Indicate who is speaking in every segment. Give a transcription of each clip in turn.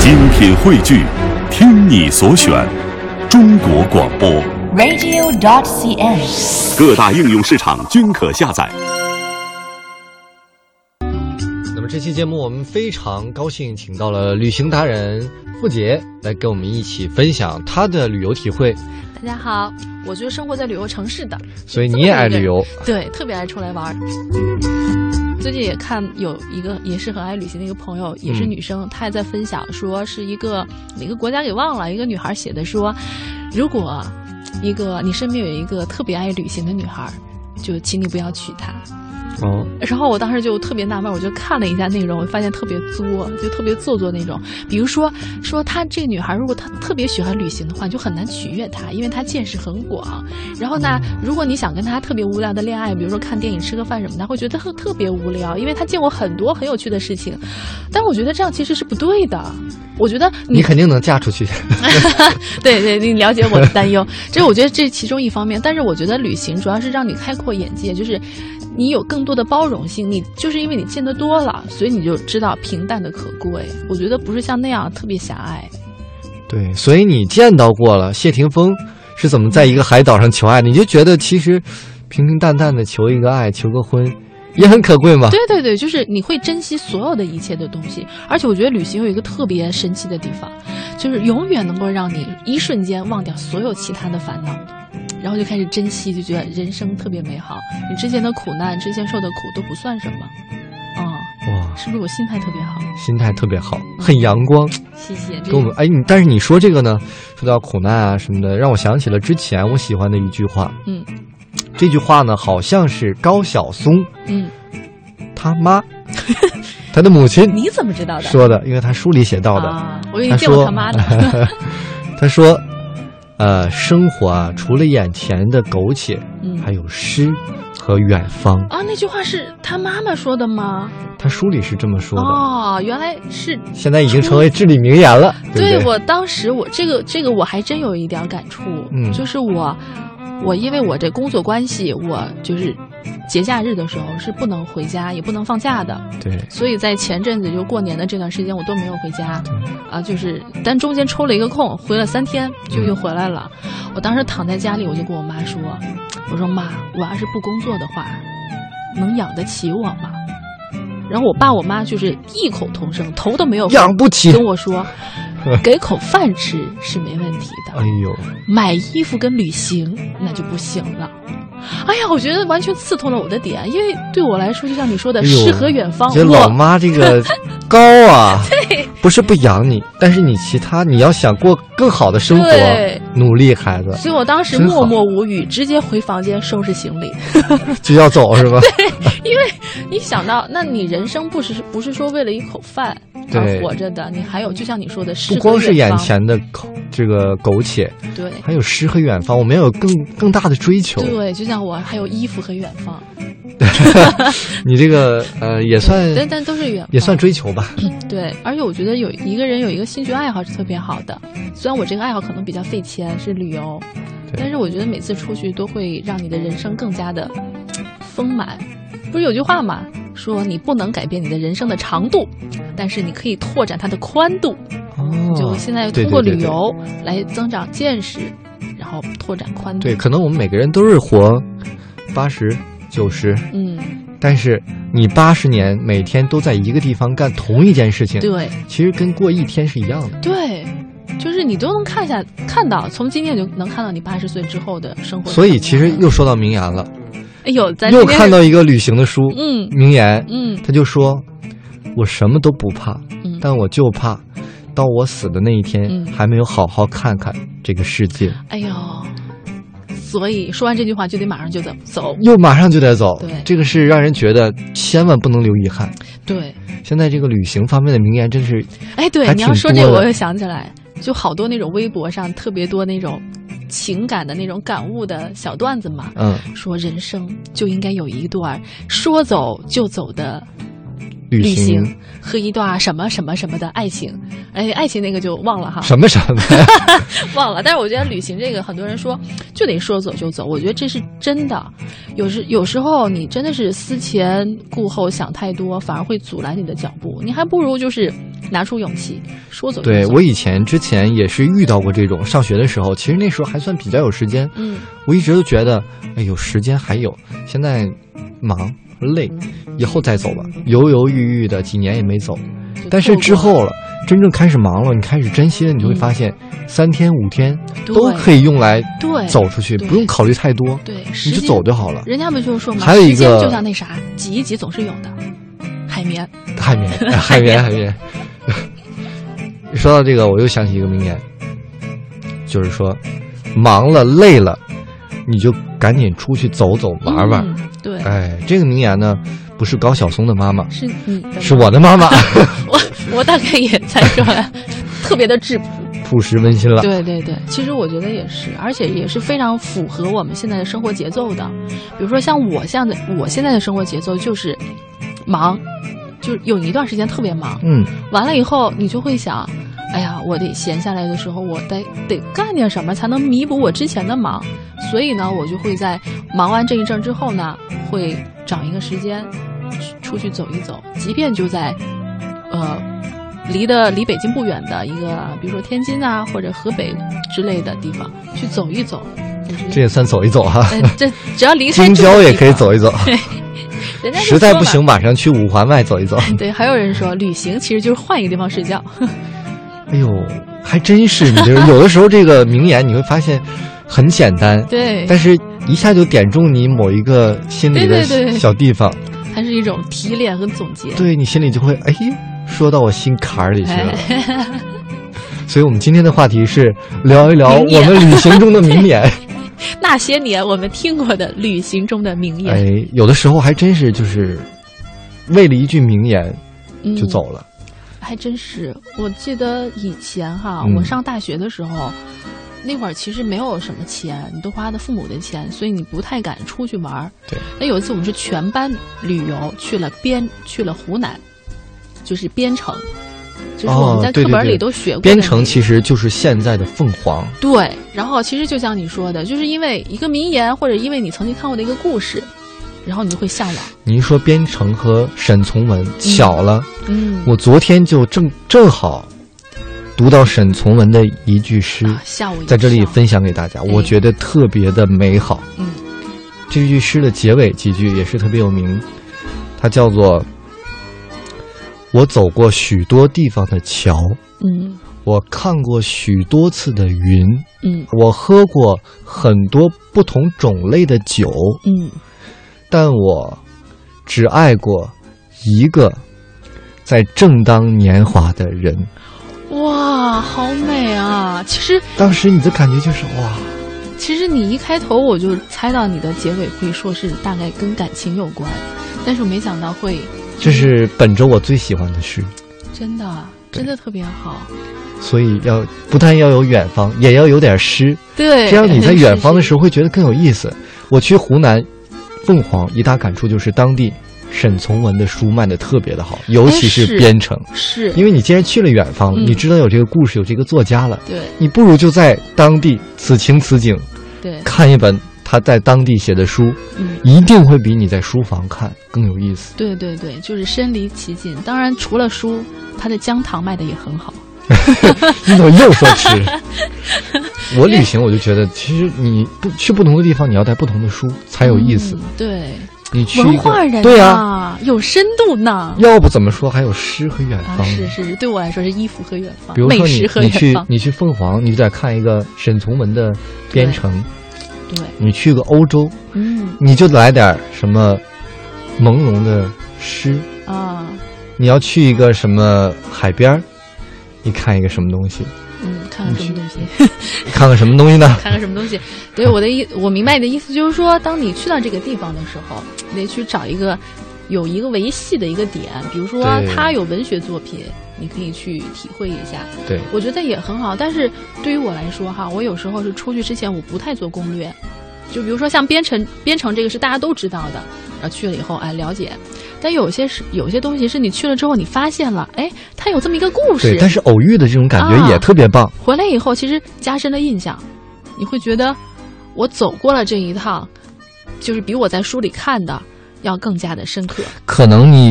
Speaker 1: 精品汇聚，听你所选，中国广播。
Speaker 2: radio.cn
Speaker 1: 各大应用市场均可下载。
Speaker 3: 那么这期节目我们非常高兴，请到了旅行达人付杰来跟我们一起分享他的旅游体会。
Speaker 4: 大家好，我就是生活在旅游城市的，
Speaker 3: 所以你也爱旅游，
Speaker 4: 对，特别爱出来玩儿。最近也看有一个也是很爱旅行的一个朋友，也是
Speaker 3: 嗯
Speaker 4: 女生，她还在分享说是一个哪个国家给忘了，一个女孩写的说，如果一个你身边有一个特别爱旅行的女孩，就请你不要娶她。
Speaker 3: 哦，
Speaker 4: 然后我当时就特别纳闷，我就看了一下内容，我发现特别作，就特别做作那种。比如说，说她这个女孩，如果她特别喜欢旅行的话，就很难取悦她，因为她见识很广。然后呢，如果你想跟她特别无聊的恋爱，比如说看电影、吃个饭什么的，会觉得特特别无聊，因为她见过很多很有趣的事情。但我觉得这样其实是不对的。我觉得
Speaker 3: 你肯定能嫁出 去。
Speaker 4: 对对，你了解我的担忧，这我觉得这是其中一方面。但是我觉得旅行主要是让你开阔眼界，就是你有更多的包容性。你就是因为你见得多了，所以你就知道平淡的可贵。我觉得不是像那样特别狭隘。
Speaker 3: 对，所以你见到过了谢霆锋是怎么在一个海岛上求爱的，你就觉得其实平平淡淡的求一个爱，求个婚也很可贵嘛。
Speaker 4: 对对对，就是你会珍惜所有的一切的东西。而且我觉得旅行有一个特别神奇的地方，就是永远能够让你一瞬间忘掉所有其他的烦恼。然后就开始珍惜，就觉得人生特别美好。你之前的苦难，之前受的苦都不算什么，啊、
Speaker 3: 哇，
Speaker 4: 是不是我心态特别好？
Speaker 3: 心态特别好，很阳光。
Speaker 4: 谢谢。这
Speaker 3: 跟我们哎，你但是你说这个呢，说到苦难啊什么的，让我想起了之前我喜欢的一句话。
Speaker 4: 嗯
Speaker 3: 这句话呢，好像是高晓松
Speaker 4: 嗯，
Speaker 3: 他妈，他的母亲
Speaker 4: 你怎么知道的？
Speaker 3: 说的，因为他书里写到的。
Speaker 4: 啊，我以
Speaker 3: 他
Speaker 4: 为见过
Speaker 3: 说
Speaker 4: 他 妈的。，
Speaker 3: 他说，呃，生活啊，除了眼前的苟且，
Speaker 4: 嗯
Speaker 3: 还有诗和远方。
Speaker 4: 啊，那句话是他妈妈说的吗？
Speaker 3: 他书里是这么说的，
Speaker 4: 哦，原来是。
Speaker 3: 现在已经成为至理名言了，对不对？
Speaker 4: 我当时我这个这个我还真有一点感触，
Speaker 3: 嗯
Speaker 4: 就是我我因为我这工作关系，我就是节假日的时候是不能回家，也不能放假的，
Speaker 3: 对
Speaker 4: 所以在前阵子就过年的这段时间，我都没有回家，
Speaker 3: 嗯
Speaker 4: 啊，就是但中间抽了一个空，回了三天，就又回来了。
Speaker 3: 嗯
Speaker 4: 我当时躺在家里，我就跟我妈说：“我说妈，我要是不工作的话，能养得起我吗？”然后我爸我妈就是异口同声，头都没有回
Speaker 3: 养不起
Speaker 4: 跟 我说：“给口饭吃是没问题的，
Speaker 3: 哎呦，
Speaker 4: 买衣服跟旅行那就不行了。”哎呀，我觉得完全刺痛了我的点，因为对我来说，就像你说的，
Speaker 3: 哎呦
Speaker 4: 诗和远方
Speaker 3: 我觉，得老
Speaker 4: 我
Speaker 3: 妈这 个高啊，不是不养你，但是你其他你要想过更好的生活
Speaker 4: 对，
Speaker 3: 努力孩 子
Speaker 4: 所以我当时
Speaker 3: 真好
Speaker 4: 默默无语，直接回房间收拾行李。
Speaker 3: 就要走是吧？
Speaker 4: 一想到，那你人生不是不是说为了一口饭
Speaker 3: 对
Speaker 4: 而活着的，你还有就像你说的，
Speaker 3: 不
Speaker 4: 诗和
Speaker 3: 光是
Speaker 4: 远
Speaker 3: 眼
Speaker 4: 方，
Speaker 3: 前的苟这个苟且，
Speaker 4: 对
Speaker 3: 还有诗和远方，我们要有更更大的追求。
Speaker 4: 对，就像我还有衣服和远方，
Speaker 3: 你这个呃也算
Speaker 4: 但但都是远方，
Speaker 3: 也算追求吧，
Speaker 4: 对。而且我觉得有一个人有一个兴趣爱好是特别好的，虽然我这个爱好可能比较费钱，是旅游，
Speaker 3: 对
Speaker 4: 但是我觉得每次出去都会让你的人生更加的丰满。不是有句话嘛，说你不能改变你的人生的长度，但是你可以拓展它的宽度。
Speaker 3: 哦
Speaker 4: 就现在
Speaker 3: 对
Speaker 4: 通过
Speaker 3: 对
Speaker 4: 旅
Speaker 3: 对对
Speaker 4: 游来增长见识，然后拓展宽度。
Speaker 3: 对，可能我们每个人都是活八十九十，
Speaker 4: 嗯，
Speaker 3: 但是你八十年每天都在一个地方干同一件事情，
Speaker 4: 对
Speaker 3: 其实跟过一天是一样的。
Speaker 4: 对，就是你都能看下看到，从今天就能看到你八十岁之后的生活。
Speaker 3: 所以其实，又说到名言了，
Speaker 4: 哎呦，咱
Speaker 3: 又
Speaker 4: 今天
Speaker 3: 看到一个旅行的书，
Speaker 4: 嗯
Speaker 3: 名言，
Speaker 4: 嗯
Speaker 3: 他就说：“我什么都不怕，
Speaker 4: 嗯
Speaker 3: 但我就怕。”到我死的那一天，
Speaker 4: 嗯
Speaker 3: 还没有好好看看这个世界，
Speaker 4: 哎呦，所以说完这句话就得马上就走走。
Speaker 3: 又马上就得走
Speaker 4: 对，
Speaker 3: 这个是让人觉得千万不能留遗憾。
Speaker 4: 对，
Speaker 3: 现在这个旅行方面的名言真是
Speaker 4: 哎，对
Speaker 3: 还，
Speaker 4: 你
Speaker 3: 挺
Speaker 4: 要说
Speaker 3: 多
Speaker 4: 这，
Speaker 3: 的
Speaker 4: 我又想起来，就好多那种微博上特别多那种情感的那种感悟的小段子嘛。
Speaker 3: 嗯，
Speaker 4: 说人生就应该有一段说走就走的
Speaker 3: 旅旅
Speaker 4: 旅
Speaker 3: 行
Speaker 4: 行和一段什么什么什么的爱情，哎，爱情那个就忘了哈，
Speaker 3: 什么什么呀
Speaker 4: 忘了。但是我觉得旅行这个，很多人说就得说走就走，我觉得这是真的。有时有时候你真的是思前顾后想太多，反而会阻拦你的脚步。你还不如就是拿出勇气说走就走。
Speaker 3: 对我以前之前也是遇到过这种，上学的时候，其实那时候还算比较有时间，
Speaker 4: 嗯，
Speaker 3: 我一直都觉得，哎，有时间还有，现在忙累，
Speaker 4: 嗯
Speaker 3: 以后再走吧。犹犹豫豫的几年也没走，
Speaker 4: 就
Speaker 3: 但是
Speaker 4: 错
Speaker 3: 之
Speaker 4: 过了
Speaker 3: 后了，真正开始忙了，你开始珍惜了，你就会
Speaker 4: 嗯
Speaker 3: 发现，三天五天
Speaker 4: 对
Speaker 3: 都可以用来
Speaker 4: 对
Speaker 3: 走出去，
Speaker 4: 对
Speaker 3: 不用考虑太多，
Speaker 4: 对，
Speaker 3: 你
Speaker 4: 时
Speaker 3: 就
Speaker 4: 间
Speaker 3: 走就好了。
Speaker 4: 人家不就是说嘛，
Speaker 3: 还有一
Speaker 4: 时间
Speaker 3: 个
Speaker 4: 就像那啥，挤一挤总是有的。海绵，
Speaker 3: 海绵， 哎海绵，海绵。 说到这个，我又想起一个名言，就是说，忙了累了，你就赶紧出去走走玩玩。
Speaker 4: 嗯对，
Speaker 3: 哎，这个名言呢，不是高晓松的妈妈，
Speaker 4: 是你的
Speaker 3: 是
Speaker 4: 吗
Speaker 3: 我的妈 妈，
Speaker 4: 我我大概也在这儿， 特别的质朴。
Speaker 3: 朴实温馨了。
Speaker 4: 对对对，其实我觉得也是，而且也是非常符合我们现在的生活节奏的。比如说像我现在我现在的生活节奏就是忙，就是有一段时间特别忙，
Speaker 3: 嗯，
Speaker 4: 完了以后你就会想，哎呀，我得闲下来的时候，我得得干点什么才能弥补我之前的忙。所以呢，我就会在忙完这一阵儿之后呢，会找一个时间去出去走一走，即便就在呃离的离北京不远的一个，比如说天津啊或者河北之类的地方去走 一走。我觉得
Speaker 3: 这也算走一走哈、
Speaker 4: 哎，这只要离开
Speaker 3: 京
Speaker 4: 这个
Speaker 3: 郊也
Speaker 4: 地
Speaker 3: 可以
Speaker 4: 方，
Speaker 3: 走一 走，
Speaker 4: 人家就
Speaker 3: 实在
Speaker 4: 说
Speaker 3: 不
Speaker 4: 嘛
Speaker 3: 行，晚上去五环外走一走。
Speaker 4: 对，还有人说旅行其实就是换一个地方睡觉。
Speaker 3: 哎呦，还真是，你就是有的时候这个名言你会发现很简单，
Speaker 4: 对，
Speaker 3: 但是一下就点中你某一个心里的
Speaker 4: 对对对
Speaker 3: 小地方，
Speaker 4: 它是一种提炼和总结。
Speaker 3: 对你心里就会哎，说到我心坎儿里去 了。
Speaker 4: 哎，
Speaker 3: 所以我们今天的话题是聊一聊
Speaker 4: 名
Speaker 3: 我
Speaker 4: 言
Speaker 3: 们旅行中的名 言。
Speaker 4: 那些年我们听过的旅行中的名言，
Speaker 3: 哎，有的时候还真是就是为了一句名言
Speaker 4: 嗯
Speaker 3: 就走了。
Speaker 4: 还真是。我记得以前哈，
Speaker 3: 嗯
Speaker 4: 我上大学的时候，那会儿其实没有什么钱，你都花的父母的钱，所以你不太敢出去玩儿。
Speaker 3: 对。
Speaker 4: 那有一次我们是全班旅游去了边去了湖南，就是边城，就是我们
Speaker 3: 哦
Speaker 4: 在
Speaker 3: 对
Speaker 4: 课
Speaker 3: 对
Speaker 4: 本
Speaker 3: 对
Speaker 4: 里都学过的
Speaker 3: 边
Speaker 4: 那
Speaker 3: 城
Speaker 4: 个
Speaker 3: 其实就是现在的凤凰，
Speaker 4: 对，然后其实就像你说的，就是因为一个名言，或者因为你曾经看过的一个故事，然后你就会向往。
Speaker 3: 你一说边城和沈从文，巧了，
Speaker 4: 嗯，
Speaker 3: 我昨天就正正好读到沈从文的一句诗，
Speaker 4: 啊吓我一跳。哎
Speaker 3: 在这里分享给大家，我觉得特别的美好。
Speaker 4: 嗯，
Speaker 3: 这句诗的结尾几句也是特别有名，它叫做“我走过许多地方的桥，
Speaker 4: 嗯
Speaker 3: 我看过许多次的云，
Speaker 4: 嗯
Speaker 3: 我喝过很多不同种类的酒，
Speaker 4: 嗯，
Speaker 3: 但我只爱过一个在正当年华的人。”
Speaker 4: 哇，好美啊！其实
Speaker 3: 当时你的感觉就是哇，
Speaker 4: 其实你一开头我就猜到你的结尾会说是大概跟感情有关，但是我没想到会
Speaker 3: 这是本着我最喜欢的诗。
Speaker 4: 真的真的特别好。
Speaker 3: 所以要不但要有远方，也要有点诗，
Speaker 4: 对，
Speaker 3: 这样你在远方的时
Speaker 4: 候，
Speaker 3: 候会觉得更有意思。我去湖南凤凰，一大感触就是当地沈从文的书卖的特别的好，尤其是
Speaker 4: 哎是
Speaker 3: 边城，
Speaker 4: 是
Speaker 3: 因为你既然去了远方，
Speaker 4: 嗯
Speaker 3: 你知道有这个故事，有这个作家了，
Speaker 4: 对
Speaker 3: 你不如就在当地此情此景
Speaker 4: 对，
Speaker 3: 看一本他在当地写的书，
Speaker 4: 嗯。
Speaker 3: 一定会比你在书房看更有意思。
Speaker 4: 对对对，就是身临其境。当然，除了书，它的姜糖卖的也很好。
Speaker 3: 你怎么又说吃？我旅行我就觉得，其实你不去不同的地方，你要带不同的书才有意思。
Speaker 4: 嗯对，
Speaker 3: 你去一个
Speaker 4: 文化人
Speaker 3: 对啊，
Speaker 4: 啊，有深度呢。
Speaker 3: 要不怎么说还有诗和远
Speaker 4: 啊，
Speaker 3: 方
Speaker 4: 是
Speaker 3: 呢？
Speaker 4: 是，是对我来说是衣服和远方
Speaker 3: 比，如
Speaker 4: 美
Speaker 3: 说
Speaker 4: 食
Speaker 3: 你
Speaker 4: 啊和
Speaker 3: 你
Speaker 4: 远
Speaker 3: 去
Speaker 4: 方。
Speaker 3: 你去凤凰，你就得看一个沈从文的《边城》；
Speaker 4: 对，
Speaker 3: 你去个欧洲，
Speaker 4: 嗯
Speaker 3: 你就来点儿什么朦胧的诗；
Speaker 4: 啊，
Speaker 3: 你要去一个什么海边儿，你看一个什么东西？
Speaker 4: 嗯，看看什么东西。
Speaker 3: 看看什么东西呢？
Speaker 4: 看看什么东西。对，我的意，我明白你的意思，就是说，当你去到这个地方的时候，你得去找一个有一个维系的一个点，比如说
Speaker 3: 对
Speaker 4: 它有文学作品，你可以去体会一下。
Speaker 3: 对，
Speaker 4: 我觉得也很好。但是对于我来说哈，我有时候是出去之前我不太做攻略，就比如说像编程，编程这个是大家都知道的，后去了以后，哎，了解。但有些是有些东西是你去了之后，你发现了，哎，它有这么一个故
Speaker 3: 对
Speaker 4: 事，，
Speaker 3: 但是偶遇的这种感觉
Speaker 4: 啊
Speaker 3: 也特别棒。
Speaker 4: 回来以后其实加深了印象，你会觉得我走过了这一趟，就是比我在书里看的要更加的深刻。
Speaker 3: 可能你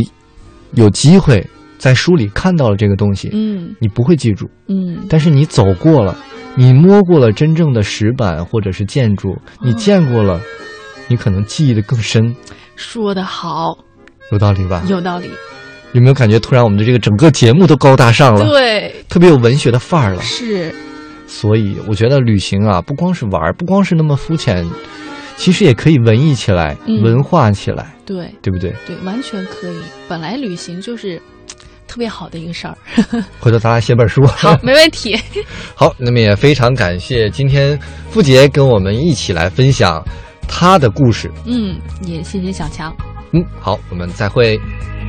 Speaker 3: 有机会在书里看到了这个东西，
Speaker 4: 嗯
Speaker 3: 你不会记住，
Speaker 4: 嗯，
Speaker 3: 但是你走过了，你摸过了真正的石板或者是建筑，你见过了，你可能记忆的更深，
Speaker 4: 说得好，
Speaker 3: 有道理吧？
Speaker 4: 有道理。
Speaker 3: 有没有感觉突然我们的这个整个节目都高大上了，
Speaker 4: 对，
Speaker 3: 特别有文学的范儿了？
Speaker 4: 是，
Speaker 3: 所以我觉得旅行啊，不光是玩儿，不光是那么肤浅，其实也可以文艺起来，
Speaker 4: 嗯
Speaker 3: 文化起来，
Speaker 4: 对
Speaker 3: 对不对？
Speaker 4: 对，完全可以。本来旅行就是特别好的一个事儿。
Speaker 3: 回头咱俩写本书。
Speaker 4: 好， 没问题。
Speaker 3: 好，那么也非常感谢今天付杰跟我们一起来分享他的故事。
Speaker 4: 嗯，也谢谢小强。
Speaker 3: 嗯，好，我们再会。